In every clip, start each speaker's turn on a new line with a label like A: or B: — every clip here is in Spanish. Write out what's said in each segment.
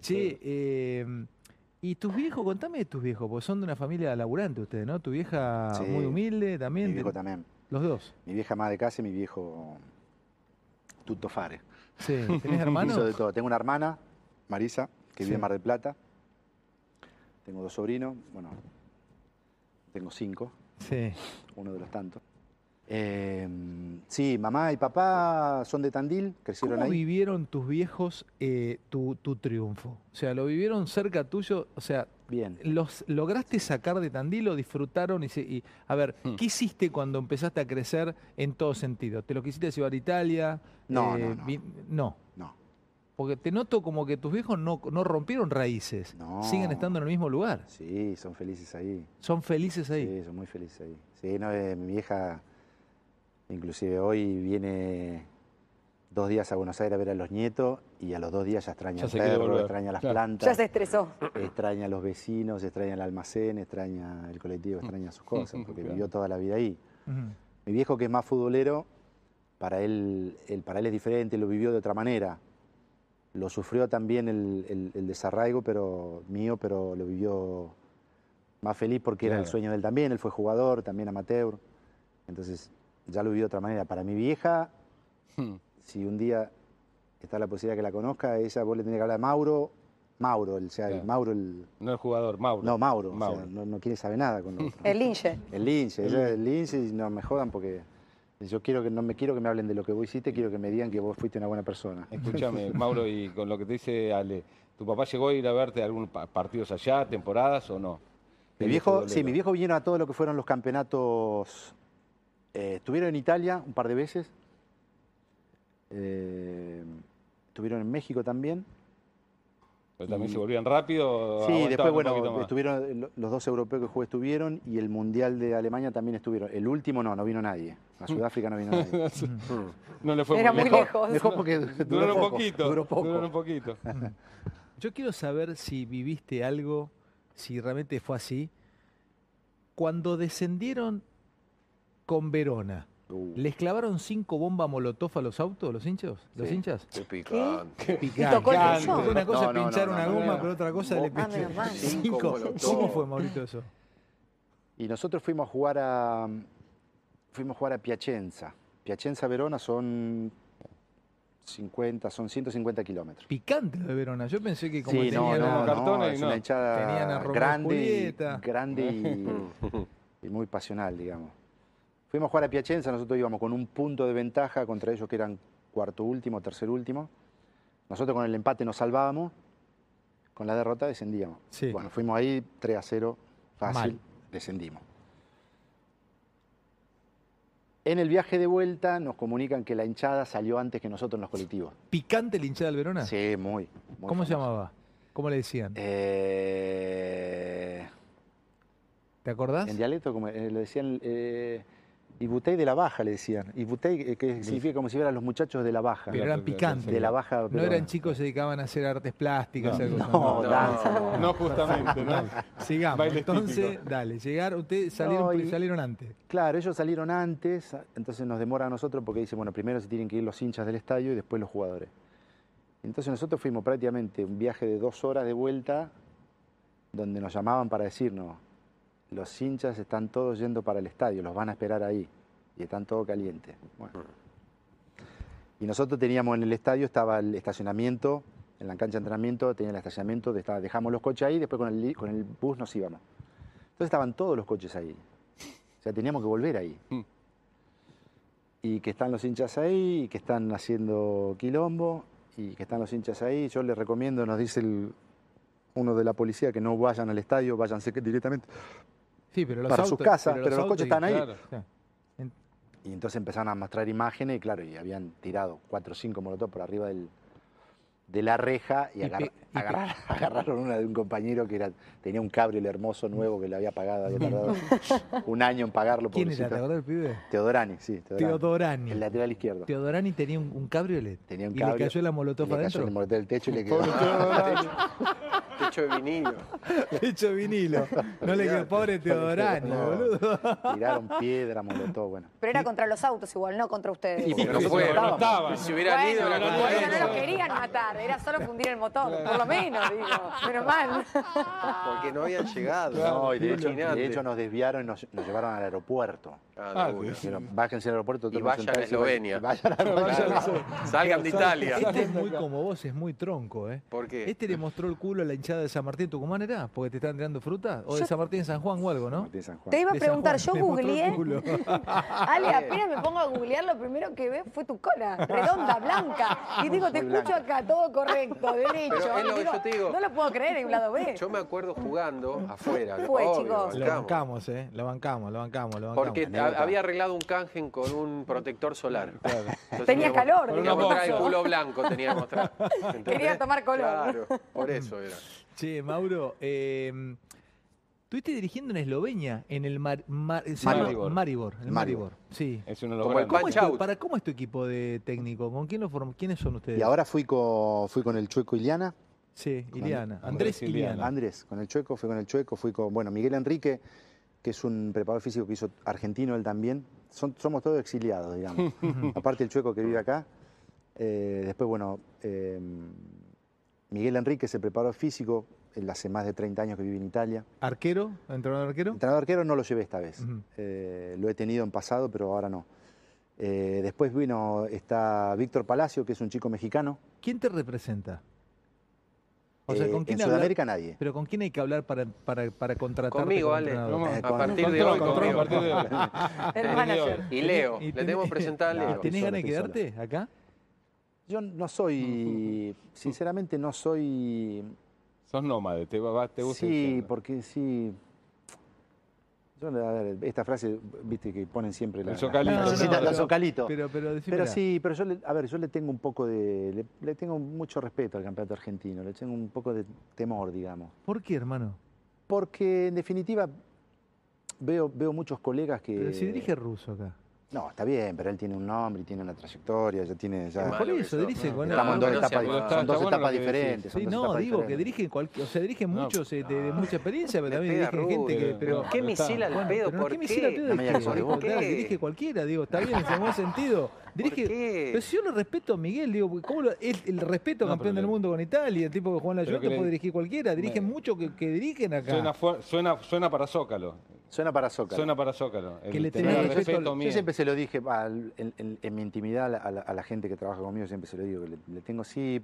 A: Che, eh, y tus viejos, contame de tus viejos, porque son de una familia laburante ustedes, ¿no? Tu vieja
B: Sí.
A: muy humilde también.
B: Mi viejo
A: de-
B: también.
A: Los dos.
B: Mi vieja más de casa y mi viejo Tutto Fare.
A: Sí. ¿Tenés
B: Hizo de
A: hermanos?
B: todo. Tengo una hermana, Marisa,
A: Sí.
B: que vive en Mar del Plata. Tengo dos sobrinos, bueno, tengo cinco,
A: Sí.
B: uno de los tantos. Eh, sí, mamá y papá son de Tandil, crecieron
A: ¿Cómo
B: ahí.
A: vivieron tus viejos eh, tu, tu triunfo? O sea, lo vivieron cerca tuyo, o sea,
B: Bien.
A: los lograste sacar de Tandil, lo disfrutaron y, se- y- a ver,
C: Hmm.
B: Mm.
A: ¿qué hiciste cuando empezaste a crecer en todo sentido? ¿Te lo quisiste llevar a Italia?
B: No,
A: Eh,
B: no, no.
A: vi- no.
B: No.
A: Porque te noto como que tus viejos no, no rompieron raíces,
B: No.
A: siguen estando en el mismo lugar,
B: Sí, son felices ahí.
A: son felices ahí.
B: Sí, son muy felices ahí. Sí, no, eh, mi vieja, inclusive hoy viene dos días a Buenos Aires a ver a los nietos y a los dos días ya extraña
C: Ya
B: el
C: se quiere
B: perro,
C: volver.
B: extraña las
C: Claro.
B: plantas,
D: Ya se estresó.
B: extraña a los vecinos, extraña el almacén, extraña el colectivo, extraña sus cosas, porque
C: Claro.
B: vivió toda la vida ahí.
A: Ujú.
B: Mi viejo, que es más futbolero, para él, él- para él es diferente, lo vivió de otra manera. Lo sufrió también el, el- el desarraigo pero, mío, pero lo vivió más feliz porque era el
C: Claro.
B: sueño de él también. Él fue jugador, también amateur. Entonces, ya lo vivió de otra manera. Para mi vieja,
C: Hmm.
B: si un día está la posibilidad que la conozca, ella vos le tenés que hablar de Mauro. Mauro, el, o sea, el
C: Claro.
B: Mauro, el.
C: No el jugador, Mauro.
B: No, Mauro. o sea,
C: Mauro.
B: no, no quiere saber nada con lo otro.
D: El linche.
B: El lince, ella es el lince y no me jodan porque yo quiero que no me quiero que me hablen de lo que vos hiciste, quiero que me digan que vos fuiste una buena persona.
C: Escúchame, Mauro, y con lo que te dice Ale, ¿tu papá llegó a ir a verte algunos pa- partidos allá, temporadas o no?
B: Mi
C: Él es
B: viejo,
C: futbolero.
B: sí, mi viejo vinieron a todo lo que fueron los campeonatos. eh, estuvieron en Italia un par de veces. eh, estuvieron en México también.
C: Pero también se volvían rápido. o
B: Sí,
C: aguantaban
B: después,
C: un Oh, poquito
B: bueno,
C: más?
B: estuvieron eh, lo- los dos europeos que jugué estuvieron y el Mundial de Alemania también estuvieron. El último no, no vino nadie. A Sudáfrica no vino nadie.
C: No le fue
D: Era
C: bien.
D: muy
C: Mejor-
D: lejos.
B: Mejor porque duró,
C: Duró un
B: poco,
C: poquito.
B: duró poco.
C: Duró un poquito.
A: Yo quiero saber si viviste algo, si realmente fue así. Cuando descendieron con Verona,
B: Uh.
A: ¿les clavaron cinco bombas molotov a los autos, los hinchos? ¿Los
E: Sí.
A: hinchas?
E: Qué picante.
A: Picante.
D: tocó el
A: Picante.
D: piso?
A: Una cosa
E: No, no,
A: es pinchar
E: no,
A: una
E: no,
A: goma,
C: no.
A: pero otra cosa le
D: Ah, menos mal.
E: Cinco
A: Cinco.
E: molotov.
A: ¿Cómo fue, Maurito, eso?
B: Y nosotros fuimos a jugar a fuimos a jugar a Piacenza. Piacenza Verona son 50, son 150 kilómetros.
A: Picante lo de Verona. Yo pensé que como
C: no,
A: tenían
C: no,
A: a-
C: no. cartones
B: es
C: y no.
A: Tenían
B: una
A: a
B: hinchada
A: Romeo y
B: grande,
A: Julieta.
B: y, grande y, y muy pasional, digamos. Fuimos a jugar a Piacenza, nosotros íbamos con un punto de ventaja contra ellos que eran cuarto último, tercer último. Nosotros con el empate nos salvábamos, con la derrota descendíamos.
A: Sí.
B: Bueno, fuimos ahí 3 a 0, fácil,
A: Mal.
B: descendimos. En el viaje de vuelta nos comunican que la hinchada salió antes que nosotros en los colectivos.
A: ¿Picante la hinchada del Verona?
B: Sí, muy.
A: Ah.
B: muy
A: ¿Cómo se
B: famoso.
A: llamaba? ¿Cómo le decían?
B: Eh,
A: ¿Te acordás?
B: en dialecto, como eh, le decían, eh, Ibutei de la Baja, le decían. Ibutei, eh, que significa como si fueran los muchachos de la Baja.
A: Pero eran picantes.
B: de la Baja.
A: No
B: peruana.
A: eran chicos que se dedicaban a hacer artes plásticas.
C: No,
A: algo así.
B: No,
E: No.
B: danza.
C: No, justamente, ¿no?
A: Sigamos.
C: Bailes
A: Entonces,
C: típicos.
A: dale, llegar, ustedes salieron,
B: No,
A: pri-
B: y-
A: salieron antes.
B: Claro, ellos salieron antes, a- entonces nos demora a nosotros porque dicen, bueno, primero se tienen que ir los hinchas del estadio y después los jugadores. Entonces nosotros fuimos prácticamente un viaje de dos horas de vuelta donde nos llamaban para decirnos, los hinchas están todos yendo para el estadio, los van a esperar ahí y están todo caliente. Bueno. Y nosotros teníamos en el estadio, estaba el estacionamiento, en la cancha de entrenamiento tenía el estacionamiento, de- estaba- dejamos los coches ahí, después con el, li- con el bus nos íbamos. Entonces estaban todos los coches ahí. O sea, teníamos que volver ahí.
C: Mm.
B: Y que están los hinchas ahí, y que están haciendo quilombo, y que están los hinchas ahí. Yo les recomiendo, nos dice el- uno de la policía, que no vayan al estadio, váyanse que- directamente.
A: Sí, pero los
B: Para
A: autos,
B: sus casas, pero los
A: autos
B: coches
A: y-
B: están ahí.
A: claro, o sea,
B: Y entonces empezaron a mostrar imágenes, y claro, y habían tirado cuatro o cinco molotov por arriba del- de la reja y,
A: Y
B: agar-
A: pe- y
B: agarrar- agarraron una de un compañero que era, tenía un cabrio el hermoso nuevo que le había pagado, había tardado un año en pagarlo.
A: ¿Quién era?
B: pobrecito.
A: ¿Te acordás del pibe?
B: Teodorani, sí.
A: Teodorani.
B: El lateral izquierdo.
A: Teodorani tenía un, un cabriolet.
B: Tenía un
A: y le
B: cabrio,
A: cayó la
B: Le
A: molotov
B: cayó
A: adentro.
B: el mortal del techo y le quedó.
E: Techo de vinilo.
A: Hecho vinilo. No le quedó pobre Teodorani,
B: No.
A: boludo.
B: Tiraron piedra, molotov, bueno.
D: Pero era contra los autos igual, no contra ustedes.
E: Porque
C: no
E: fueron.
C: estaban.
E: Si hubieran
D: Bueno,
E: ido, la
D: por
C: contra-
D: eso no lo querían matar, era solo fundir el motor, por lo lo menos, digo. Menos mal.
E: Porque no habían llegado.
B: No, y de hecho,
E: Imagínate.
B: de hecho nos desviaron y nos, nos llevaron al aeropuerto.
E: Ah, de
C: Ah,
E: una.
C: sí.
B: Dijeron, bájense al aeropuerto.
E: Y
B: tomen un
E: vayan a
B: taxi,
E: Eslovenia.
B: Vayan a
E: Claro. Salgan de Italia.
A: Este es muy como vos, es muy tronco, ¿eh?
E: ¿Por qué?
A: Este le mostró el culo a la hinchada de San Martín Tucumán, ¿era? Porque te estaban tirando fruta. O de
D: Yo-
A: San Martín San Juan o algo, ¿no?
B: Martín San Juan.
D: Te iba a
A: De San
D: preguntar, yo
A: Juan, le mostró el
D: googleé.
A: culo.
D: Ale, apenas me pongo a googlear, lo primero que ve fue tu cola, redonda, blanca. Y digo, te
B: Muy
D: escucho
B: blanca.
D: acá, todo correcto, derecho.
E: Pero es lo
D: Y
E: que yo te digo.
D: No lo puedo creer, hay un lado B.
E: Yo me acuerdo jugando afuera. ¿no?
D: Fue,
E: Obvio,
D: chicos.
A: Lo bancamos, ¿eh? Lo bancamos, lo bancamos, lo bancamos.
E: Porque ha- había arreglado un canje con un protector solar. Entonces
D: Tenía
E: teníamos-
D: calor,
E: Teníamos
C: digamos.
E: traer el culo blanco, teníamos mostrar.
D: Quería tomar color.
E: Claro, por eso era.
A: Che, Mauro, eh, estuviste dirigiendo en Eslovenia, en el Mar- Mar- se llama
C: Maribor.
A: Maribor. el
B: Maribor.
A: Maribor, sí.
C: Es uno de los
E: Como el
C: grandes.
A: ¿Cómo es tu-
E: Panchaut.
A: ¿Para cómo es tu equipo de técnico? ¿Con quién lo form- ¿Quiénes son ustedes?
B: Y ahora fui con, fui con el Chueco Iliana.
A: Sí,
B: con
A: Iliana.
B: Andrés
A: Andrés
C: Iliana.
A: Iliana.
B: Andrés, con el Chueco, fui con el Chueco, fui con, bueno, Miguel Enrique, que es un preparador físico que hizo argentino él también. Son- somos todos exiliados, digamos. Aparte el Chueco que vive acá. Eh, después, bueno, eh, Miguel Enrique es el preparador físico, él hace más de 30 años que vive en Italia.
A: ¿Arquero? ¿Entrenador arquero?
B: Entrenador arquero no lo llevé esta vez.
A: Ujú.
B: Eh, lo he tenido en pasado, pero ahora no. Eh, después vino, está Víctor Palacio, que es un chico mexicano.
A: ¿Quién te representa? O sea,
B: Eh,
A: ¿con quién
B: en
A: hablar-
B: Sudamérica nadie.
A: ¿Pero con quién hay que hablar para, para, para contratarte
E: Conmigo,
A: como
E: Ale.
A: entrenador?
C: Vamos,
B: Eh,
E: A
B: con-
E: partir de
C: control,
E: hoy,
C: control,
E: conmigo.
C: a partir de hoy.
D: El manager.
E: Y Leo,
A: ¿Y
E: le
A: tenés-
E: tenemos que presentar a
B: No,
E: Leo.
B: estoy
A: ¿Tenés
B: solo,
A: ganas de
B: estoy
A: quedarte acá?
B: Yo no soy, sinceramente no soy...
C: Sos nómade, te, va- va- te gusta.
B: sí,
C: el-
B: porque sí... Yo, a ver, esta frase, viste, que ponen siempre la...
C: El socalito,
B: la-
A: no,
B: necesitan
A: no,
B: la
A: pero-
B: socalito.
A: Pero, pero decímela.
B: Pero sí, pero yo le, a ver, yo le tengo un poco de. Le, le tengo mucho respeto al campeonato argentino, le tengo un poco de temor, digamos.
A: ¿Por qué, hermano?
B: Porque en definitiva veo, veo muchos colegas
C: Eh,
B: que.
A: Pero si dirige ruso acá.
B: No, está bien, pero él tiene un nombre y tiene una trayectoria, ya tiene. Ya,
E: Qué
A: Por
E: malo que
A: eso,
E: sos.
A: dice,
E: No,
A: con-
E: no,
B: estamos en dos
E: no
B: etapas,
E: seas
B: di-
E: malo.
B: son dos
C: está bueno lo
B: etapas
C: que decís.
B: diferentes. son
A: Sí,
B: dos
A: no,
B: etapas
A: digo que
B: diferentes.
A: dirigen cualquier, o sea, dirigen
C: No,
A: muchos eh, de, de mucha experiencia, pero
E: Me
A: también
E: pega
A: dirigen gente que.
E: rudo.
A: Pero,
E: ¿Qué misil al
A: Bueno,
E: pedo?
A: pero no,
E: ¿Por
A: ¿qué
E: qué?
A: me hiciste la
B: No me digas que
A: teoría?
B: sos vos.
A: Claro,
E: ¿Por qué?
A: Dirige cualquiera, digo, está bien, en buen sentido. Dirige.
E: qué?
A: Pero si yo lo respeto a Miguel, digo, porque ¿cómo lo, el, el respeto
C: No,
A: campeón
C: pero
A: del
C: le-
A: mundo con Italia, el tipo que jugó en la
C: Pero que
A: Juventus
C: le-
A: puede dirigir cualquiera, dirigen
C: Me-
A: mucho que, que dirigen acá.
C: Suena, fu- suena, suena para Zócalo.
B: Suena para Zócalo.
C: Suena para Zócalo.
A: Que le tenés
C: tener el
A: respeto al-
C: respeto
A: yo
C: mío.
B: Yo siempre se lo dije al- en, en- en mi intimidad a la, a la- a la gente que trabaja conmigo, siempre se lo digo, que le, le tengo sí.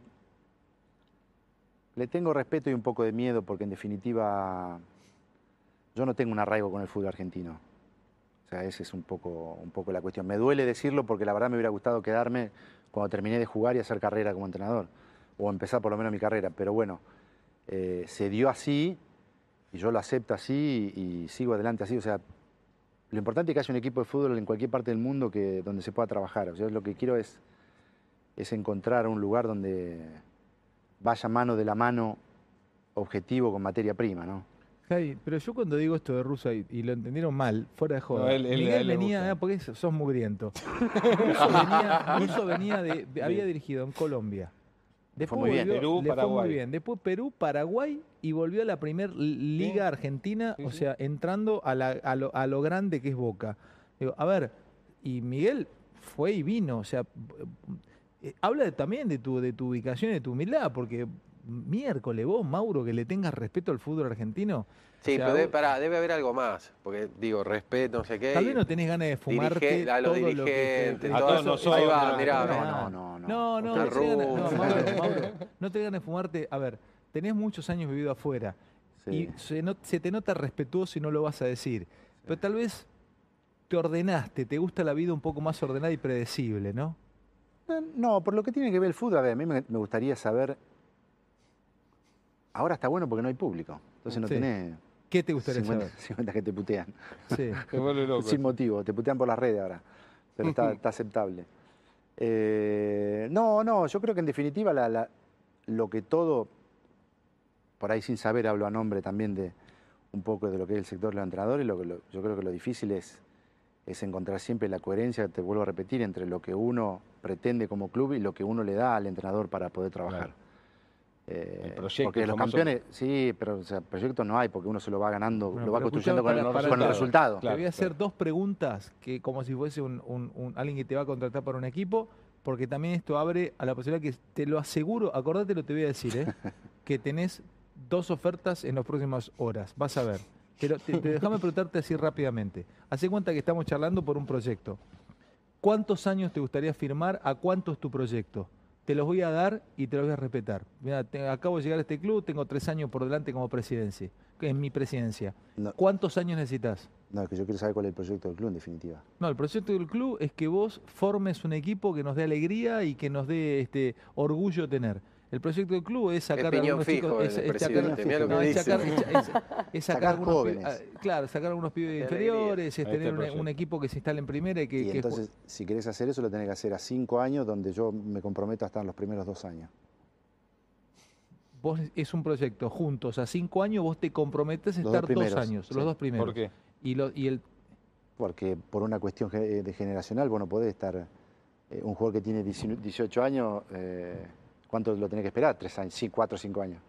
B: Le tengo respeto y un poco de miedo porque en definitiva yo no tengo un arraigo con el fútbol argentino. O sea, esa es un poco, un poco la cuestión. Me duele decirlo porque la verdad me hubiera gustado quedarme cuando terminé de jugar y hacer carrera como entrenador. O empezar por lo menos mi carrera. Pero bueno, eh, se dio así y yo lo acepto así y, y sigo adelante así. O sea, lo importante es que haya un equipo de fútbol en cualquier parte del mundo que, donde se pueda trabajar. O sea, lo que quiero es, es encontrar un lugar donde vaya mano de la mano objetivo con materia prima, ¿no?
A: Javi, pero yo cuando digo esto de rusa y, y lo entendieron mal, fuera de joda,
C: No, él- él-
A: Miguel
C: a él le
A: venía,
C: gusta.
A: ah, porque sos sos mugriento. Russo venía, Russo venía de, de- había
C: Bien.
A: dirigido en Colombia. Después
B: muy bien.
A: volvió-
C: Perú,
A: le fue
C: Paraguay.
A: muy bien. Después Perú, Paraguay y volvió a la primer li-
C: Sí.
A: liga argentina,
C: Sí,
A: o
C: sí.
A: sea, entrando a, la- a lo, a lo grande que es Boca. Digo, a ver, y Miguel fue y vino, o sea, eh, habla de- también de tu, de tu ubicación y de tu humildad, porque miércoles vos, Mauro, que le tengas respeto al fútbol argentino.
E: Sí,
A: o sea,
E: pero debe,
A: vos-
E: pará, debe haber algo más. Porque digo, respeto, no sé qué.
A: Tal
E: y-
A: vez no tenés ganas de fumarte
E: dirige- a los
A: todo lo que...
E: dirigentes,
C: A
E: todo
C: todos
E: eso.
C: nosotros,
E: Ahí va,
C: ¿no?
E: mirá.
B: No,
A: Ah,
B: no, no, no.
A: No, no,
E: Otra
A: no, tenés ganas- no,
E: ruta.
A: Mauro, Mauro, no te ganas de fumarte. A ver, tenés muchos años vivido afuera
B: Sí.
A: y se, no- se te nota respetuoso y no lo vas a decir. Pero tal vez te ordenaste, te gusta la vida un poco más ordenada y predecible, ¿no?
B: No, por lo que tiene que ver el fútbol, a ver, a mí me, me gustaría saber. Ahora está bueno porque no hay público. Entonces no
A: Sí.
B: tenés
A: ¿Qué te gustaría
B: 50,
A: saber?
B: 50 que te putean.
A: Sí.
C: Te vuelve loco.
B: Sin motivo, te putean por las redes ahora, pero está, está aceptable. Eh, no, no, yo creo que en definitiva la- la- lo que todo, por ahí sin saber hablo a nombre también de un poco de lo que es el sector de los entrenadores, lo que lo- yo creo que lo difícil es, es encontrar siempre la coherencia, te vuelvo a repetir, entre lo que uno pretende como club y lo que uno le da al entrenador para poder trabajar.
C: Claro.
B: Eh,
C: El proyecto,
B: porque
C: el
B: los
C: famoso-
B: campeones, sí, pero o sea, proyectos no hay, porque uno se lo va ganando,
A: Bueno,
B: lo va
A: pero
B: construyendo con,
A: escuchame
B: el-
A: para-
B: con el
A: para-
B: resultado.
A: Te voy a
C: Claro,
A: hacer
C: claro.
A: dos preguntas que como si fuese un, un- un- alguien que te va a contratar para un equipo, porque también esto abre a la posibilidad que te lo aseguro, acordátelo, te voy a decir, ¿eh? que tenés dos ofertas en las próximas horas. Vas a ver. Pero te, te- déjame preguntarte así rápidamente. Hace cuenta que estamos charlando por un proyecto. ¿Cuántos años te gustaría firmar? ¿A cuánto es tu proyecto? Te los voy a dar y te los voy a respetar. Mira, acabo de llegar a este club, tengo tres años por delante como presidencia, que es mi presidencia.
B: No.
A: ¿Cuántos años necesitas?
B: No, es que yo quiero saber cuál es el proyecto del club, en definitiva.
A: No, el proyecto del club es que vos formes un equipo que nos dé alegría y que nos dé este orgullo tener. El proyecto del club es sacar a
E: piñón
A: algunos
E: fijo
A: chicos-
E: el presidente,
B: mirá lo que
A: no, es
E: dice.
A: sacar- es- es- es
B: Sacar
A: sacar algunos
B: jóvenes.
A: pibes- ah, claro, sacar algunos pibes
E: De alegría.
A: inferiores, es
C: Ahí está
A: tener
C: el
A: un,
C: proyecto.
A: un equipo que se instale en primera y que,
B: Y
A: que ju-
B: entonces, si querés hacer eso, lo tenés que hacer a cinco años, donde yo me comprometo a estar los primeros dos años.
A: vos es un proyecto juntos a cinco años, vos te comprometes a
B: Los dos
A: estar dos,
B: primeros,
A: años,
B: sí.
A: los dos primeros.
C: ¿Por qué?
A: Y, lo- y el
B: Porque por una cuestión ge- eh, de generacional, vos no podés estar. eh, un jugador que tiene 19 18 años, eh, ¿cuánto lo tenés que esperar? ¿Tres años? Sí, cuatro o cinco años.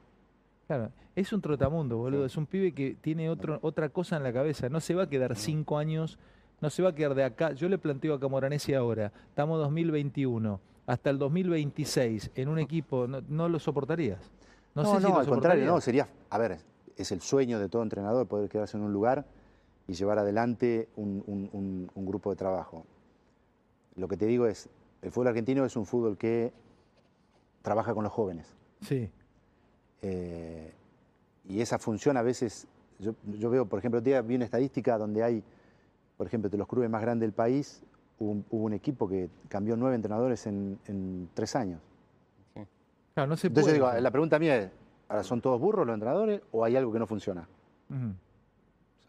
A: Claro, es un trotamundo, boludo.
B: Sí.
A: Es un pibe que tiene otro, otra cosa en la cabeza. No se va a quedar cinco años, no se va a quedar de acá. Yo le planteo a Camoranesi ahora, estamos 2021, hasta el 2026, en un equipo, no, no lo soportarías. No,
B: No,
A: sé
B: no,
A: si lo
B: al contrario, no,
A: soportarías.
B: sería, a ver, es el sueño de todo entrenador poder quedarse en un lugar y llevar adelante un, un- un- un grupo de trabajo. Lo que te digo es, el fútbol argentino es un fútbol que trabaja con los jóvenes.
A: Sí,
B: Eh, y esa función a veces, yo, yo veo, por ejemplo, el día vi una estadística donde hay, por ejemplo, de los clubes más grandes del país, hubo un, hubo un equipo que cambió nueve entrenadores en, en tres años.
A: claro, no se
B: Entonces
A: puede.
B: yo digo,
A: eso.
B: la pregunta mía es, ¿ahora son todos burros los entrenadores o hay algo que no funciona?
A: Ujú.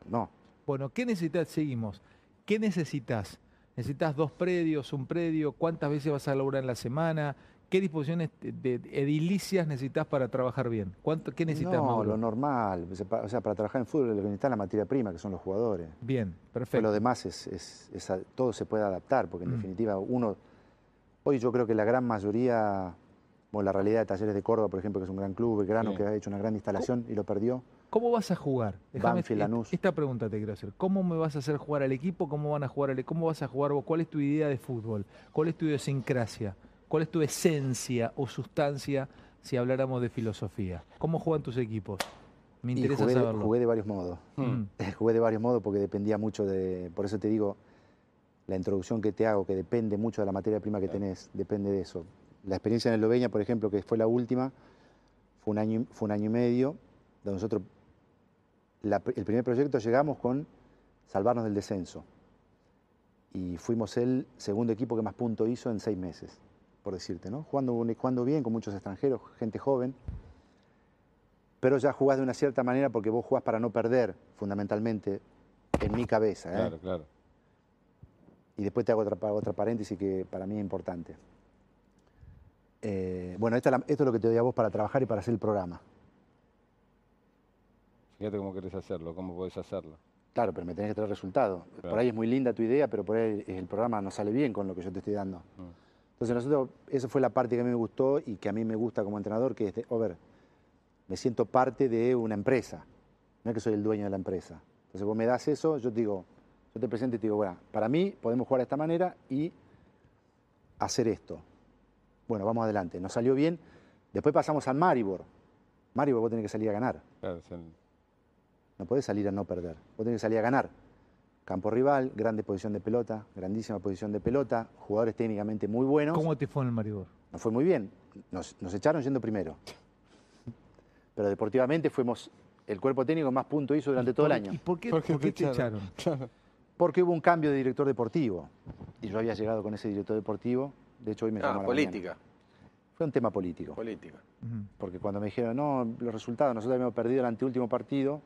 B: No.
A: Bueno, ¿qué necesitas? Seguimos. ¿Qué necesitas? ¿Necesitas dos predios, un predio? ¿Cuántas veces vas a laburar en la semana? ¿Qué disposiciones de, de- edilicias necesitas para trabajar bien? ¿Cuánto, ¿Qué necesitas,
B: no,
A: Mauro?
B: lo normal. O sea, pa- O sea, para trabajar en fútbol lo que necesitan es la materia prima, que son los jugadores.
A: Bien,
B: Pero
A: perfecto.
B: lo demás es, es- es a- todo se puede adaptar, porque en
A: Mm.
B: definitiva uno, hoy yo creo que la gran mayoría, bueno, la realidad de Talleres de Córdoba, por ejemplo, que es un gran club, Belgrano,
C: Sí.
B: que ha hecho una gran instalación y lo perdió,
A: ¿Cómo vas a jugar? Déjame
B: Banfield,
A: est-
B: Lanús.
A: Esta pregunta te quiero hacer. ¿Cómo me vas a hacer jugar al equipo? ¿Cómo van a jugar al ¿Cómo vas a jugar vos? ¿Cuál es tu idea de fútbol? ¿Cuál es tu idiosincrasia? ¿Cuál es tu esencia o sustancia si habláramos de filosofía? ¿Cómo juegan tus equipos? Me
B: y
A: interesa
B: jugué de-
A: saberlo.
B: jugué de varios modos.
A: Mm,
B: jugué de varios modos porque dependía mucho de. Por eso te digo, la introducción que te hago, que depende mucho de la materia prima que tenés, depende de eso. La experiencia en Eslovenia, por ejemplo, que fue la última, fue un año, y- fue un año y medio, donde nosotros. la pr- el primer proyecto llegamos con salvarnos del descenso. Y fuimos el segundo equipo que más punto hizo en seis meses, por decirte, ¿no? Jugando, un- e, jugando bien, con muchos extranjeros, gente joven pero ya jugás de una cierta manera porque vos jugás para no perder, fundamentalmente, en mi cabeza. ¿eh?
C: Claro, claro.
B: Y después te hago otra, pa- otra paréntesis que para mí es importante. Eh, bueno, esta es la- esto es lo que te doy a vos para trabajar y para hacer el programa.
C: Fíjate cómo querés hacerlo, cómo podés hacerlo.
B: Claro, pero me tenés que traer resultados. Por
C: Claro.
B: ahí es muy linda tu idea, pero por ahí el programa no sale bien con lo que yo te estoy dando.
C: Mm.
B: Entonces nosotros, esa fue la parte que a mí me gustó y que a mí me gusta como entrenador, que es, de, "Oh, ver, me siento parte de una empresa, no es que soy el dueño de la empresa. Entonces vos me das eso, yo te digo, yo te presento y te digo, bueno, para mí podemos jugar de esta manera y hacer esto. Bueno, vamos adelante, nos salió bien. Después pasamos al Maribor. Maribor vos tenés que salir a ganar.
C: Claro, es el-
B: No podés salir a no perder. Vos tenés que salir a ganar. Campo rival, grande posición de pelota, grandísima posición de pelota, jugadores técnicamente muy buenos.
A: ¿Cómo te fue en el Maribor?
B: Nos fue muy bien. Nos, nos echaron yendo primero. Pero deportivamente fuimos el cuerpo técnico que más punto hizo durante todo el
A: ¿Por-
B: año.
A: ¿Y por qué,
C: ¿Por qué
A: por qué
C: te
A: te echaron?
B: Porque hubo un cambio de director deportivo. Y yo había llegado con ese director deportivo. De hecho, hoy me llamó a
E: Ah,
B: la
E: política,
B: mañana. Fue un tema político.
E: política.
A: Ujú.
B: Porque cuando me dijeron, no, los resultados, nosotros habíamos perdido el anteúltimo partido.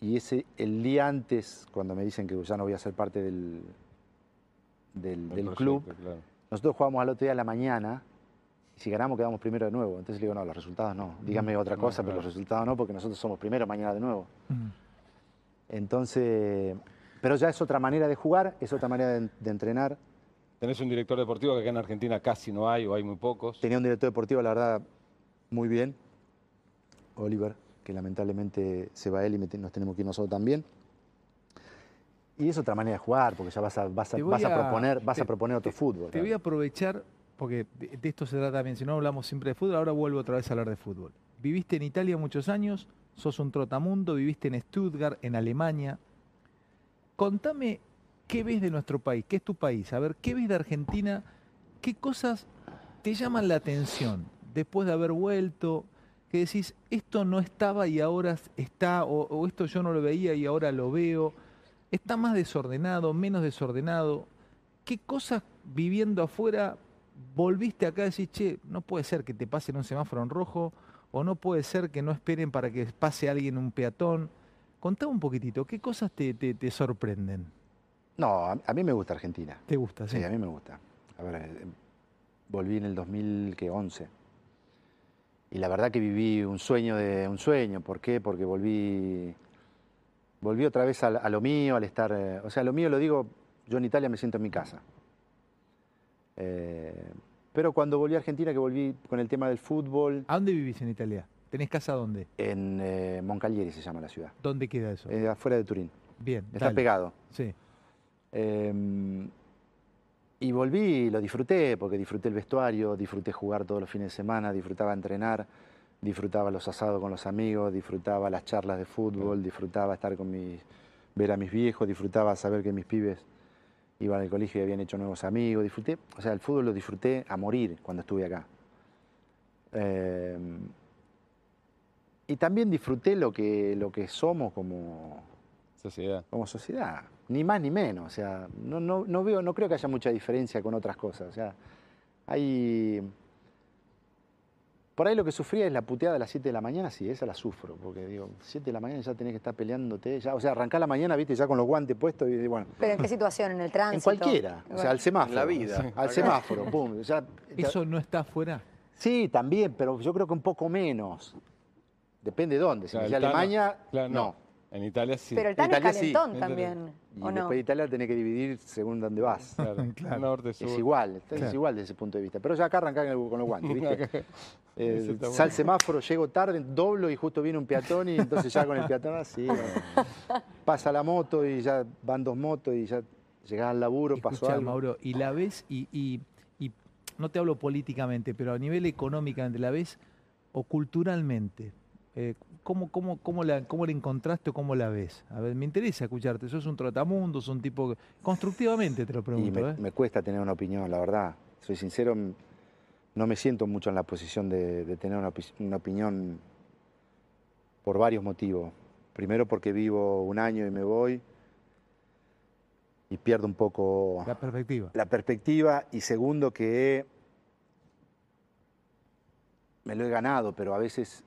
B: Y ese, el día antes, cuando me dicen que ya no voy a ser parte del, del,
C: el
B: del
C: proyecto,
B: club,
C: claro.
B: nosotros jugamos al otro día a la mañana. Y si ganamos, quedamos primero de nuevo. Entonces le digo, no, los resultados no. Dígame otra
C: Mm, No,
B: cosa, pero
C: claro.
B: los resultados no, porque nosotros somos primero mañana de nuevo.
A: Ujú.
B: Entonces. Pero ya es otra manera de jugar, es otra manera de, de entrenar.
C: Tenés un director deportivo que acá en Argentina casi no hay o hay muy pocos.
B: Tenía un director deportivo, la verdad, muy bien. Oliver, que lamentablemente se va él y me te- nos tenemos que ir nosotros también. Y es otra manera de jugar, porque ya vas a, vas a,
A: Te
B: vas
A: voy
B: a
A: a-
B: proponer, vas a
A: te-
B: proponer otro fútbol.
A: Te voy a aprovechar porque de, de esto se trata también, si no hablamos siempre de fútbol, ahora vuelvo otra vez a hablar de fútbol. Viviste en Italia muchos años, sos un trotamundo, viviste en Stuttgart, en Alemania. Contame qué ves de nuestro país, qué es tu país, a ver, qué ves de Argentina, qué cosas te llaman la atención después de haber vuelto, que decís, esto no estaba y ahora está, o, o esto yo no lo veía y ahora lo veo. Está más desordenado, menos desordenado. ¿Qué cosas viviendo afuera volviste acá y decís, che, no puede ser que te pasen un semáforo en rojo, o no puede ser que no esperen para que pase alguien un peatón? Contame un poquitito, ¿qué cosas te, te- te sorprenden?
B: No, a, a mí me gusta Argentina.
A: ¿Te gusta?
B: Sí, a mí me gusta. A ver, eh, volví en el 2011. Y la verdad que viví un sueño de un sueño. ¿Por qué? Porque volví volví otra vez al- a, lo mío, al estar, eh, o sea, lo mío lo digo, yo en Italia me siento en mi casa. Eh, pero cuando volví a Argentina, que volví con el tema del fútbol,
A: ¿A dónde vivís en Italia? ¿Tenés casa dónde?
B: en eh, Moncalieri se llama la ciudad,
A: ¿Dónde queda eso?
B: eh, afuera de Turín.
A: Bien,
B: Está
A: dale.
B: pegado.
A: Sí.
B: Eh, y volví y lo disfruté, porque disfruté el vestuario, disfruté jugar todos los fines de semana, disfrutaba entrenar, disfrutaba los asados con los amigos, disfrutaba las charlas de fútbol, disfrutaba estar con mis, ver a mis viejos, disfrutaba saber que mis pibes iban al colegio y habían hecho nuevos amigos, disfruté, o sea, el fútbol lo disfruté a morir cuando estuve acá. Eh, y también disfruté lo que, lo que somos como,
C: Sociedad.
B: como sociedad, ni más ni menos. O sea, no, no, no veo, no creo que haya mucha diferencia con otras cosas. O sea, hay. Por ahí lo que sufría es la puteada de las 7 de la mañana, sí, esa la sufro, porque digo, 7 de la mañana ya tenés que estar peleándote, ya, o sea, arrancá la mañana, viste, ya con los guantes puestos y bueno,
D: ¿Pero en qué situación? ¿En el tránsito?
B: en cualquiera, o sea, al semáforo.
E: En la vida.
B: Al semáforo, pum. ya- ya-
A: ¿Eso no está afuera?
B: Sí, también, pero yo creo que un poco menos. Depende de dónde, si me
C: Claro,
B: decía
C: el Tano-
B: Alemania,
C: claro,
B: no.
C: En Italia sí.
D: Pero el Tano es
B: Italia sí.
D: calentón
C: Italia-
D: también,
B: Y
D: ¿o no?
B: después de Italia tenés que dividir según dónde vas.
C: Claro, norte, sur.
B: Es igual, es
A: Claro.
B: igual desde ese punto de vista. Pero ya acá arrancás con el- con los guantes, ¿viste? Eh,
C: Eso está
B: sal
C: bueno.
B: semáforo, llego tarde, doblo y justo viene un peatón y entonces ya con el peatón así. bueno. pasa la moto y ya van dos motos y ya llegás al laburo, pasó
A: Escuchá,
B: algo.
A: Mauro, y la ves, y, y- y no te hablo políticamente, pero a nivel económicamente, ¿la ves o culturalmente? Eh, ¿cómo, cómo, cómo, la, ¿Cómo la encontraste o cómo la ves? A ver, me interesa escucharte. Sos un trotamundo, sos un tipo... que- Constructivamente te lo
B: y
A: pregunto,
B: me,
A: ¿eh?
B: me cuesta tener una opinión, la verdad. Soy sincero, m- no me siento mucho en la posición de, de tener una, opi- una opinión por varios motivos. Primero porque vivo un año y me voy y pierdo un poco
A: La perspectiva.
B: la perspectiva y segundo que me lo he ganado, pero a veces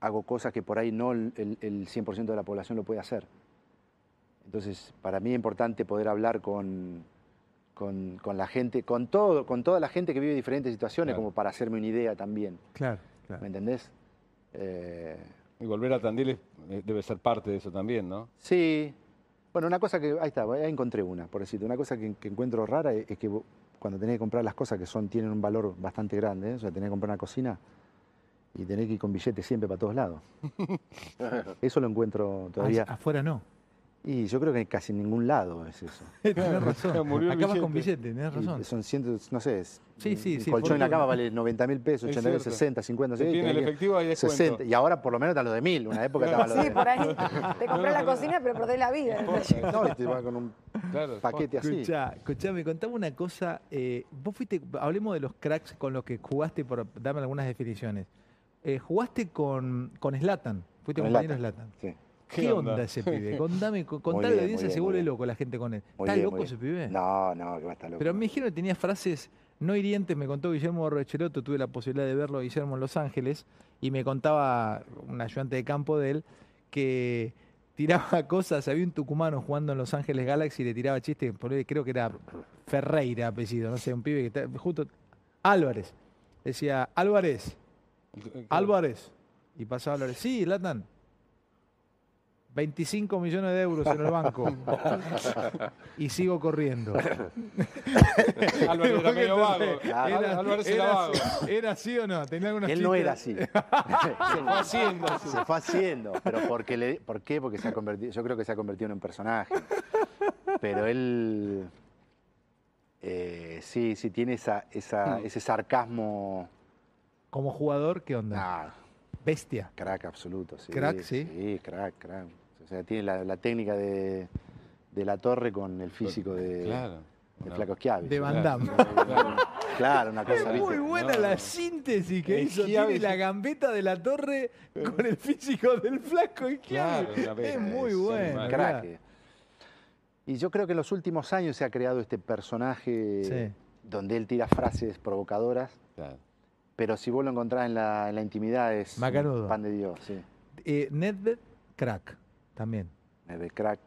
B: hago cosas que por ahí no el, el- el 100% de la población lo puede hacer. Entonces, para mí es importante poder hablar con, con, con la gente, con, todo, con toda la gente que vive diferentes situaciones,
C: Claro.
B: como para hacerme una idea también.
A: Claro,
B: ¿Me
A: claro.
B: entendés? Eh,
C: Y volver a Tandil es- eh, debe ser parte de eso también, ¿no?
B: Sí. Bueno, una cosa que. Ahí está, ahí encontré una, por decirte. Una cosa que, que encuentro rara es, es que vos- cuando tenés que comprar las cosas que son, tienen un valor bastante grande, ¿eh? o sea, tenés que comprar una cocina y tenés que ir con billetes siempre para todos lados. Eso lo encuentro todavía.
A: Ah, Afuera no.
B: Y yo creo que en casi ningún lado es eso.
A: Tenés razón.
C: Murió el
A: Acabas con
C: billete.
A: billete, tenés razón.
B: Y Son cientos, no sé. es-
A: Sí, sí,
B: un
A: sí,
B: colchón en la
A: fortuna.
B: cama vale 90 mil pesos,
C: Es
B: 80 mil,
C: cierto.
B: 60, 50,
C: Se
B: sí,
C: tiene
B: tenés
C: el
B: que-
C: efectivo y descuento.
B: 60. Y ahora por lo menos están los de mil. Una época estaban los
D: Sí,
B: de
D: por ahí. Te compré la cocina, pero perdés la vida.
B: No, y te va con un
C: Claro.
B: paquete así.
A: Escuchá, escuchame, contame una cosa. eh, vos fuiste, hablemos de los cracks con los que jugaste, por, dame algunas definiciones. Eh, jugaste con, con Slatan, fuiste
B: Con
A: compañero de
B: Zlatan.
A: Slatan.
B: Sí.
A: ¿Qué,
C: ¿Qué
A: onda
C: onda?
A: ese pibe? Contame, co- contale a
B: bien,
A: la audiencia,
B: muy
A: se
B: bien,
A: vuelve
B: muy
A: loco la gente con él.
B: Muy
A: ¿Está
B: bien, muy
A: loco ese
B: bien.
A: pibe?
B: No, no, que va a estar loco.
A: Pero me dijeron que tenía frases no hirientes, me contó Guillermo Recheloto, tuve la posibilidad de verlo a Guillermo en Los Ángeles, y me contaba un ayudante de campo de él que tiraba cosas, había un tucumano jugando en Los Ángeles Galaxy y le tiraba chistes, por ahí creo que era Ferreira apellido, no sé, un pibe que está justo Álvarez. Decía, Álvarez, Álvarez. Y pasaba Álvarez, sí, Latan. 25 millones de euros en el banco. y sigo corriendo.
C: Álvarez era medio vago.
B: Claro.
C: Era- Álvarez era
A: era
C: vago.
A: así- era así o no? Tenía algunos
B: Él no
A: chistes.
B: era así.
C: Se fue haciendo así.
B: Se fue haciendo. Pero porque le, ¿por qué? Porque se ha convertido, yo creo que se ha convertido en un personaje. Pero él Eh, sí, sí, tiene esa,
A: Hmm.
B: esa- ese sarcasmo.
A: Como jugador, ¿qué onda?
B: Nah,
A: Bestia.
B: crack absoluto, sí.
A: Crack, sí.
B: Sí, crack, crack. O sea, tiene la, la técnica de, de la torre con el físico de,
C: Claro.
B: de
C: Una-
B: Flaco Schiavi.
A: De Van
C: Claro,
A: Damme.
C: claro.
B: Claro, una
A: Es
B: cosa, ¿viste?
A: muy buena
C: No.
A: la síntesis que
C: Es
A: hizo.
C: Schiavi.
A: Tiene la gambeta de la torre con el físico del flaco y
C: Claro, una
A: Es
C: bestia,
A: muy
C: es un
A: bueno.
C: animal.
A: mirá.
B: crack. Y yo creo que en los últimos años se ha creado este personaje
A: Sí.
B: donde él tira frases provocadoras,
C: Claro.
B: pero si vos lo encontrás en la, en la intimidad es un
A: Macanudo.
B: pan de Dios, sí.
A: Eh, Nedved, crack, también.
B: Es de crack,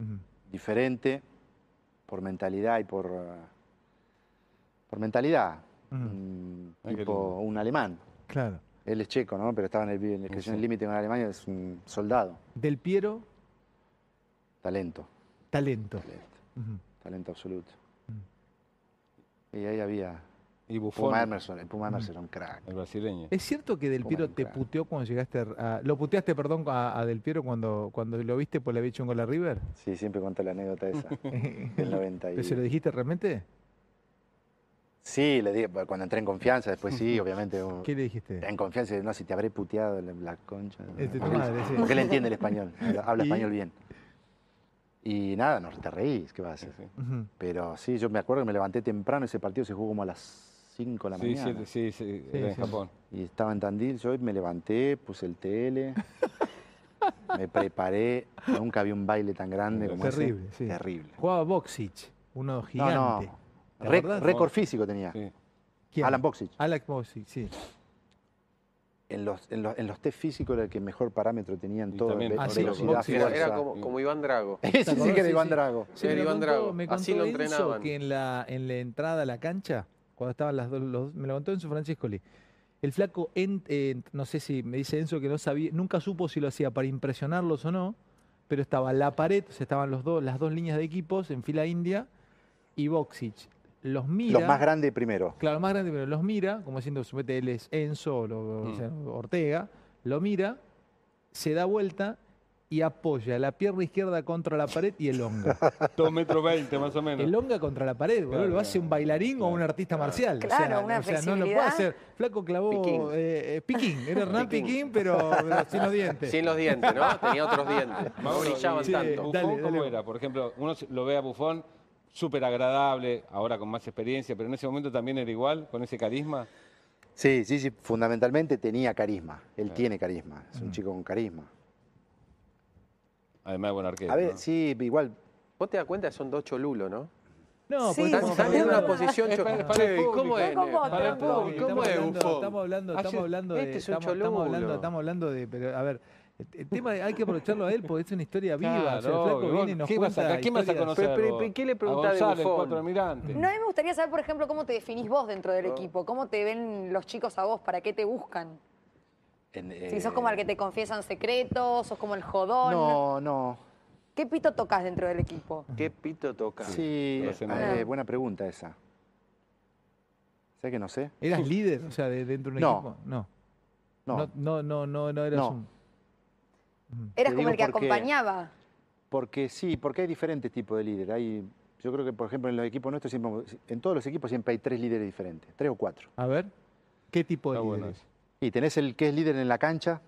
A: Ujú.
B: diferente por mentalidad y por eh, por mentalidad.
A: Ujú.
B: Un
C: Ay, qué
B: tipo,
C: lindo.
B: un alemán.
A: Claro.
B: Él es checo, ¿no? Pero estaba en el, en el- creció en el límite con Alemania, es un soldado,
A: Del Piero,
B: talento,
A: talento.
B: talento,
A: Ujú.
B: talento absoluto.
A: Mm.
B: Y ahí había
C: Y Buffon,
B: Puma Emerson, el Puma Emerson era un crack.
C: el brasileño.
A: ¿Es cierto que Del
B: Como
A: Piero
B: un
A: te
B: crack.
A: puteó cuando llegaste a, a- Lo puteaste, perdón, a, a Del Piero cuando, cuando lo viste por le había hecho un gol a River?
B: Sí, siempre cuento la anécdota esa, del 90.
A: ¿Pero se lo
B: Y...
A: dijiste realmente?
B: Sí, le dije, bueno, cuando entré en confianza, después sí, obviamente. un-
A: ¿Qué le dijiste?
B: En confianza, no, si te habré puteado la, la concha. de-
A: Este, tu
B: porque-
A: madre, sí.
B: Porque él entiende el español, habla, habla
A: ¿Y?
B: español bien. Y nada, no te reís, ¿qué vas a hacer?
A: Ujú.
B: Pero sí, yo me acuerdo que me levanté temprano, ese partido se jugó como a las 5 de la
C: Sí,
B: mañana.
C: sí, sí, sí,
A: Sí,
C: era en
A: sí.
C: Japón.
B: Y estaba en Tandil, yo me levanté, puse el tele, me preparé. Nunca vi un baile tan grande como ese.
A: Terrible, sí.
B: Terrible.
A: Jugaba Boxic, uno
B: No,
A: gigante.
B: no.
A: ¿Te
B: Ré-
A: acordás?
B: Récord físico tenía.
C: Sí.
A: ¿Quién?
B: Alan Boxic.
A: Alan Boxic, sí.
B: En los, en los, en los test físicos era el que mejor parámetro tenía en
C: Y
B: todo.
C: también
B: ve-
A: Ah, sí,
B: velocidad,
A: boxeo,
E: Era,
B: fuerza.
E: era como, como Iván Drago.
B: Ese
A: ¿Te
B: sí
A: acordás?
B: que era
A: Sí,
B: Iván
A: sí.
B: Drago.
E: Sí,
A: me
E: era Iván
A: contó-
E: Drago.
A: me contó
E: Así lo
A: Enzo
E: entrenaban.
A: que en la, en la entrada a la cancha, cuando estaban las dos, los- me lo contó Enzo Francescoli. El flaco, en- eh, no sé si me dice Enzo que no sabía, nunca supo si lo hacía para impresionarlos o no, pero estaba la pared, o sea, estaban los dos, las dos líneas de equipos en fila india y Boxic. Los mira.
B: Los más grandes primero.
A: Claro, más grande, pero los mira, como siendo suponete él es Enzo o, lo- o
C: Mm.
A: sea, Ortega, lo mira, se da vuelta y apoya la pierna izquierda contra la pared y el honga.
C: Dos metros veinte, más o menos.
A: El honga contra la pared, boludo,
C: Claro,
A: lo hace un bailarín o
C: claro,
A: un artista marcial. o sea,
D: Claro, una
A: o sea, no lo puede
D: flexibilidad.
A: hacer. Flaco clavó
E: Piquín.
A: eh, eh, Piquín, era Hernán
E: Piquín.
A: Piquín, pero, pero sin los dientes.
E: Sin los dientes, ¿no? Tenía otros dientes. No
C: Mauro,
E: brillaban
C: y-
A: Sí.
E: tanto.
C: ¿Buffon
A: Dale, dale,
C: cómo
A: Mauro.
C: era? Por ejemplo, uno se- lo ve a Bufón, súper agradable, ahora con más experiencia, pero en ese momento también era igual, con ese carisma.
B: Sí, sí, sí. Fundamentalmente tenía carisma. Él
C: Claro.
B: tiene carisma. Es un
A: Mm.
B: chico con carisma.
C: Además de buen arquero.
B: A ver,
C: ¿no?
B: sí, igual.
E: Vos te das cuenta que son dos cholulos, ¿no?
A: No, porque
D: Sí,
E: Están,
A: estamos
E: están en
A: hablando-
E: una posición
C: Es
E: cho-
C: para- para el
E: Che, ¿Cómo
C: público.
E: es?
D: Fue como
E: Para el
D: otro.
E: público, ¿Cómo
A: estamos
E: es,
A: hablando,
E: Buffon?
A: Estamos hablando, estamos
E: Hace-
A: hablando de.
E: Este es un
A: estamos, estamos hablando,
E: cholulo.
A: estamos hablando de. Pero, a ver, el- el tema de- hay que aprovecharlo a él porque es una historia viva.
C: Claro,
A: o sea, el flaco
C: obvio.
A: viene y nos
C: ¿Qué vas a,
A: cuenta
C: ¿Quién vas a
A: historias.
C: conocer?
E: Pero, pero,
C: vos?
E: ¿y qué le
C: A
E: preguntás de
C: González,
E: Buffon?
C: cuatro almirantes.
D: No, a mí me gustaría saber, por ejemplo, cómo te definís vos dentro del equipo, cómo te ven los chicos a vos, para qué te buscan.
B: en,
D: Si sos
B: eh,
D: como el que te confiesan secretos, sos como el jodón.
B: No, Mm. no.
D: ¿Qué pito tocas dentro del equipo?
E: ¿Qué pito toca?
B: Sí,
C: lo sé
B: eh,
C: mal.
B: buena pregunta esa. ¿Sabes que no sé?
A: ¿Eras líder? O sea, de, dentro de un
B: No.
A: equipo. No.
B: No,
A: No, no, no, no, no eras
B: No.
A: un.
D: Eras
B: Te
D: como
B: digo
D: el que
B: por qué.
D: acompañaba.
B: porque sí, porque hay diferentes tipos de líderes. Hay, yo creo que, por ejemplo, en los equipos nuestros, siempre- en todos los equipos siempre hay tres líderes diferentes, tres o cuatro.
A: A ver, ¿qué tipo de
C: Está
A: líder
C: bueno
A: es?
C: eso.
B: Y tenés el que es líder en la cancha,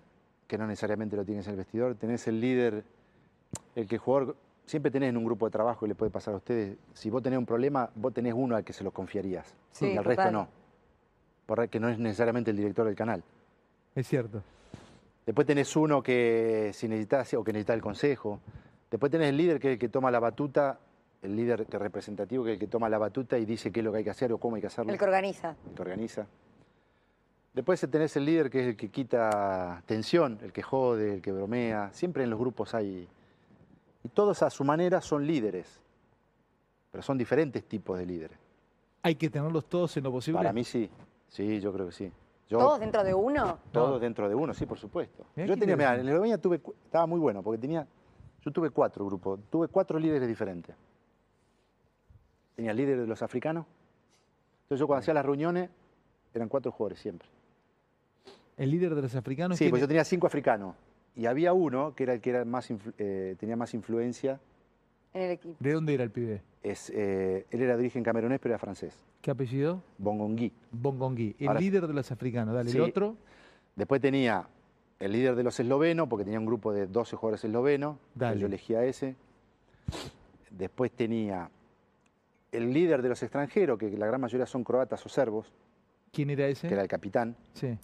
B: que no necesariamente lo tienes en el vestidor, tenés el líder, el que el jugador, siempre tenés en un grupo de trabajo que le puede pasar a ustedes, si vos tenés un problema, vos tenés uno al que se lo confiarías,
D: Sí,
B: y al
D: total.
B: resto no, por ahí que no es necesariamente el director del canal.
A: Es cierto.
B: Después tenés uno que si necesitas o que necesita el consejo. Después tenés el líder que es el que toma la batuta, el líder que representativo que es el que toma la batuta y dice qué es lo que hay que hacer o cómo hay que hacerlo,
D: El que organiza.
B: el que organiza. Después tenés el líder que es el que quita tensión, el que jode, el que bromea. Siempre en los grupos hay. Y todos a su manera son líderes. Pero son diferentes tipos de líderes.
A: ¿Hay que tenerlos todos en lo posible?
B: Para mí sí. Sí, yo creo que sí. Yo-
D: ¿Todos dentro de uno?
B: todos
A: No.
B: dentro de uno, sí, por supuesto.
A: Mirá
B: yo
A: qué
B: tenía, mirá, en
A: interesante.
B: Eslovenia tuve, cu- estaba muy bueno, porque tenía, yo tuve cuatro grupos, tuve cuatro líderes diferentes. Tenía el líder de los africanos. Entonces yo cuando hacía las reuniones, eran cuatro jugadores siempre.
A: ¿El líder de los africanos?
B: Sí,
A: ¿quién
B: pues yo
A: es?
B: tenía cinco africanos. Y había uno que era el que era más influ- eh, tenía más influencia
D: en el equipo.
A: ¿De dónde era el pibe?
B: Es, eh, él era de origen camerunés, pero era francés.
A: ¿Qué apellido?
B: Bongongui.
A: Bongongui, el
B: Ahora-
A: líder de los africanos. Dale,
B: Sí.
A: el otro,
B: Después tenía el líder de los eslovenos, porque tenía un grupo de 12 jugadores eslovenos.
A: Dale.
B: Yo elegía ese. Después tenía el líder de los extranjeros, que la gran mayoría son croatas o serbos,
A: ¿quién era ese?
B: que era el capitán,
A: Sí,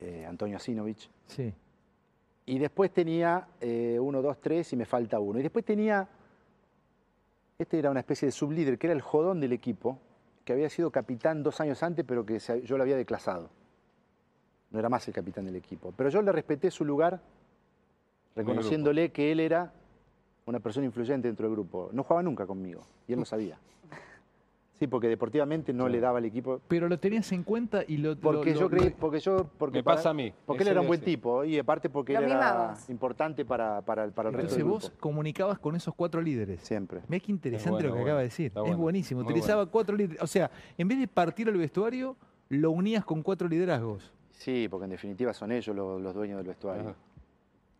B: eh, Antonio Asinovic.
A: sí.
B: Y después tenía eh, uno, dos, tres y me falta uno. Y después tenía, este era una especie de sublíder, que era el jodón del equipo, que había sido capitán dos años antes, pero que se- yo lo había declasado. No era más el capitán del equipo. Pero yo le respeté su lugar, reconociéndole que él era una persona influyente dentro del grupo. No jugaba nunca conmigo, y él lo sabía. Sí, porque deportivamente no le daba al equipo.
A: Pero lo tenías en cuenta y lo... lo-
B: Porque
A: lo-
B: yo creí, porque yo, porque
C: Me
B: para-
C: pasa a mí,
B: Porque él
C: ese
B: era un
C: debe
B: buen
C: ser.
B: tipo y aparte porque
D: Lo
B: él era
D: mimabas.
B: importante para, para, el- para el resto
A: Entonces
B: del
A: vos
B: grupo.
A: comunicabas con esos cuatro líderes.
B: Siempre.
A: Mirá qué interesante
C: bueno,
A: lo que
C: bueno.
A: acaba de decir.
C: Está
A: es
C: bueno,
A: buenísimo.
C: muy
A: Utilizaba cuatro líderes. O sea, en vez de partir al vestuario, lo unías con cuatro liderazgos.
B: Sí, porque en definitiva son ellos los, los dueños del vestuario.
C: Ajá.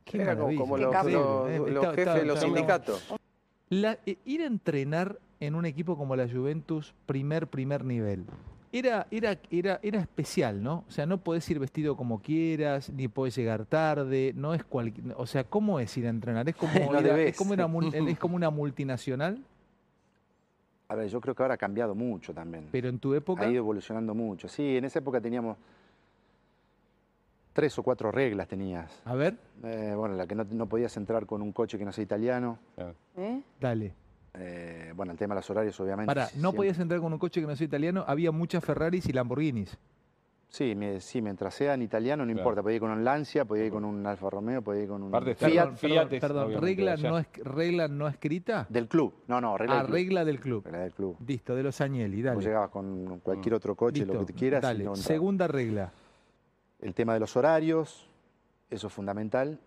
A: Qué
E: Era como,
A: maravilla,
E: como
D: Qué
E: los,
D: capo.
E: los-
A: increíble, ¿eh?
E: los
A: Está-
E: jefes
A: está-
E: de los
A: está-
E: sindicatos.
A: La- eh, ir a entrenar en un equipo como la Juventus, primer, primer nivel, era, era, era, era especial, ¿no? O sea, no podés ir vestido como quieras, ni podés llegar tarde, no es cual, O sea, ¿cómo es ir a entrenar? Es como,
B: No
A: ir a- es
B: debés.
A: como, una, mul- es como una multinacional,
B: A ver, yo creo que ahora ha cambiado mucho también.
A: pero en tu época...
B: Ha ido evolucionando mucho. Sí, en esa época teníamos tres o cuatro reglas tenías.
A: A ver,
B: Eh, bueno, la que no, no podías entrar con un coche que no sea italiano.
D: ¿eh?
A: dale.
B: Eh, bueno, el tema de los horarios, obviamente.
A: Para, no
B: siempre.
A: podías entrar con un coche que no sea italiano, había muchas Ferraris y Lamborghinis.
B: Sí, mi- sí, mientras sea en italiano, no
C: Claro.
B: importa. Podía ir con un Lancia, podía ir con un Alfa Romeo, podía ir con un
C: Aparte está-
B: Fiat
A: perdón,
C: Fiat
A: perdón,
C: es,
A: perdón,
C: obviamente,
A: regla,
C: allá.
A: no es, regla no escrita.
B: del club. No, no, regla
A: Ah,
B: del club.
A: regla del club.
B: Regla del club.
A: Listo, de los Agnelli, dale. Mm.
B: Vos llegabas con cualquier otro coche, lo que
A: Listo,
B: te quieras. y
A: Dale,
B: no entrabas.
A: segunda regla.
B: El tema de los horarios, eso es fundamental.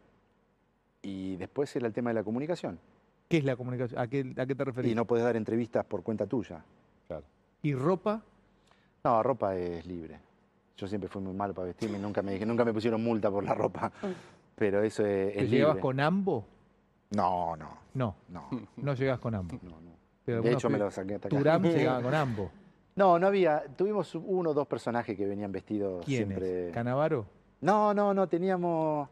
B: Y después era el tema de la comunicación.
A: ¿Qué es la comunicación? ¿A qué, a qué te referís?
B: Y
A: Y,
B: no podés dar entrevistas por cuenta tuya.
C: Claro.
A: ropa?
B: No, ropa es libre. Yo siempre fui muy malo para vestirme, nunca me, nunca me pusieron multa por la ropa. Pero eso es, es
A: ¿Te
B: libre.
A: ¿Llegabas con Mm. ambo?
B: No, no,
A: No,
B: no.
A: no llegabas con ambo.
B: no, no.
A: Pero
B: de
A: algunos
B: hecho, me
A: pibes-
B: lo saqué hasta acá.
A: Turam llegaba con ambo.
B: No, no había. Tuvimos uno o dos personajes que venían vestidos
A: ¿Quiénes?
B: siempre.
A: ¿Canavaro?
B: No, no, no, teníamos.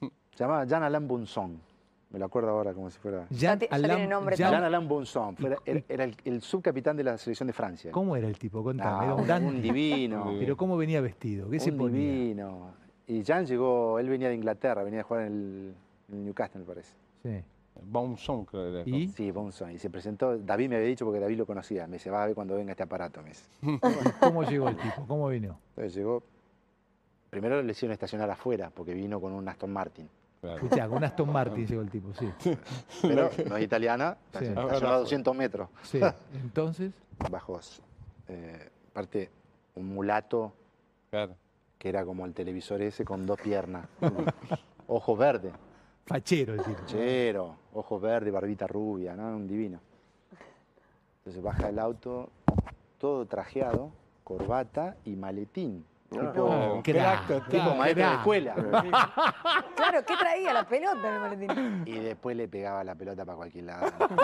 B: Se llamaba Jean Alain Bunson. Me lo acuerdo ahora como si fuera.
A: Jean
D: ti- ya tiene nombre
A: Jean-
B: Jean Alain Bunson.
A: y-
B: fuera- era era el, el subcapitán de la selección de Francia.
A: ¿Cómo era el tipo?
B: No,
A: Contame. era un
B: un,
A: dandy.
B: Ah, un divino.
A: Pero ¿cómo venía vestido? ¿Qué se
B: un
A: ponía?
B: divino. Y Jean llegó, él venía de Inglaterra, venía a jugar en el, en el Newcastle, me parece.
A: Sí.
C: Baumson, creo que era.
A: ¿Y?
B: Sí, Bunson. Y se presentó, David me había dicho porque David lo conocía. Me dice, va a ver cuando venga este aparato, me dice.
A: ¿Cómo llegó el tipo? ¿Cómo vino?
B: Entonces llegó. Primero le hicieron estacionar afuera porque vino con un Aston Martin.
C: Claro.
A: Escuchá, con Aston Martin llegó el tipo, sí.
B: Pero no es italiana,
A: Sí.
B: estacionó a 200 metros.
A: Sí. Entonces,
B: bajos. eh, aparte, un mulato
C: claro.
B: que era como el televisor ese con dos piernas. ojos verdes.
A: fachero el tipo.
B: Chero, ojos verdes, barbita rubia, ¿no? Un divino. Entonces baja el auto, todo trajeado, corbata y maletín. Tipo,
C: Claro.
A: Ah, Crack,
B: tipo
A: crack,
B: maestro de
A: crack.
B: escuela.
D: Claro, ¿qué traía? La pelota en el maletín.
B: Y después le pegaba la pelota para cualquier lado.
C: Un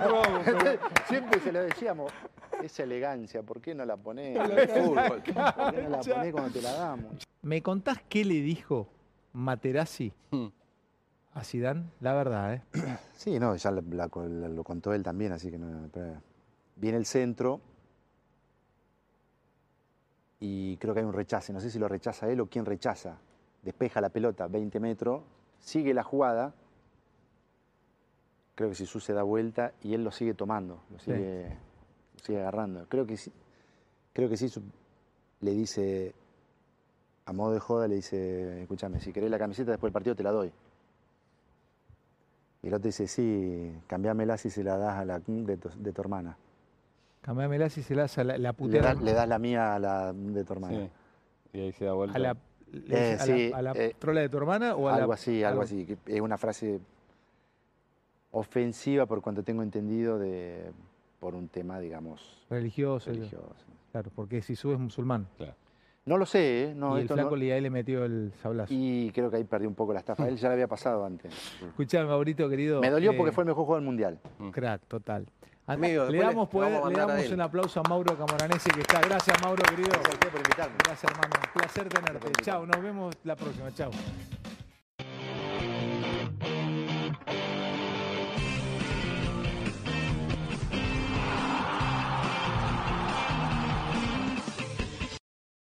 C: robo, pero-
B: Siempre se lo decíamos, esa elegancia, ¿por qué no la ponés en el fútbol? ¿Por qué no la ponés cuando te la damos?
A: ¿Me contás qué le dijo Materazzi
C: Hmm.
A: a Zidane? La verdad, ¿eh?
B: Sí, no, ya la- la- la- lo contó él también, así que no. pero- Viene el centro y creo que hay un rechace. No sé si lo rechaza él o quién rechaza. Despeja la pelota 20 metros, sigue la jugada. Creo que Sisu se da vuelta y él lo sigue tomando, lo
A: Sí.
B: sigue, lo sigue agarrando. Creo que sí. Creo que Sisu le dice, a modo de joda, le dice, escúchame, si querés la camiseta después del partido te la doy. Y el otro dice, sí, cambiámela si se la das a la de tu, de tu hermana.
A: Cambiámela si se la hace a la, la
B: Le,
A: puteada.
B: da- le das la mía a la de tu hermana.
C: Sí. Y ahí se da vuelta.
A: a la, le
B: Eh,
A: dice, a
B: sí,
A: la- a la
B: eh,
A: trola de tu hermana o a la-
B: algo así,
A: a
B: algo
A: la-
B: así. que Es una frase ofensiva por cuanto tengo entendido de, por un tema, digamos,
A: religioso.
B: religioso.
A: Claro, porque si es musulmán.
B: No lo sé, ¿eh? No,
A: y el
B: esto
A: flaco
B: no-
A: Liday le metió el sablazo.
B: Y creo que ahí perdió un poco la estafa. Él ya la había pasado antes.
A: Escuchame, Maurito, querido.
B: Me dolió
A: eh,
B: porque fue el mejor jugador del mundial.
A: Crack, total.
E: Amigo,
A: le
E: después
A: damos,
E: le-
A: poder-
E: vamos a
A: le
E: mandar a
A: damos
E: él.
A: un aplauso a Mauro Camoranesi que está. Gracias, Mauro, querido.
B: Gracias a usted por invitarme.
A: Gracias, hermano. Un placer tenerte. Chao, nos vemos la próxima. Chao.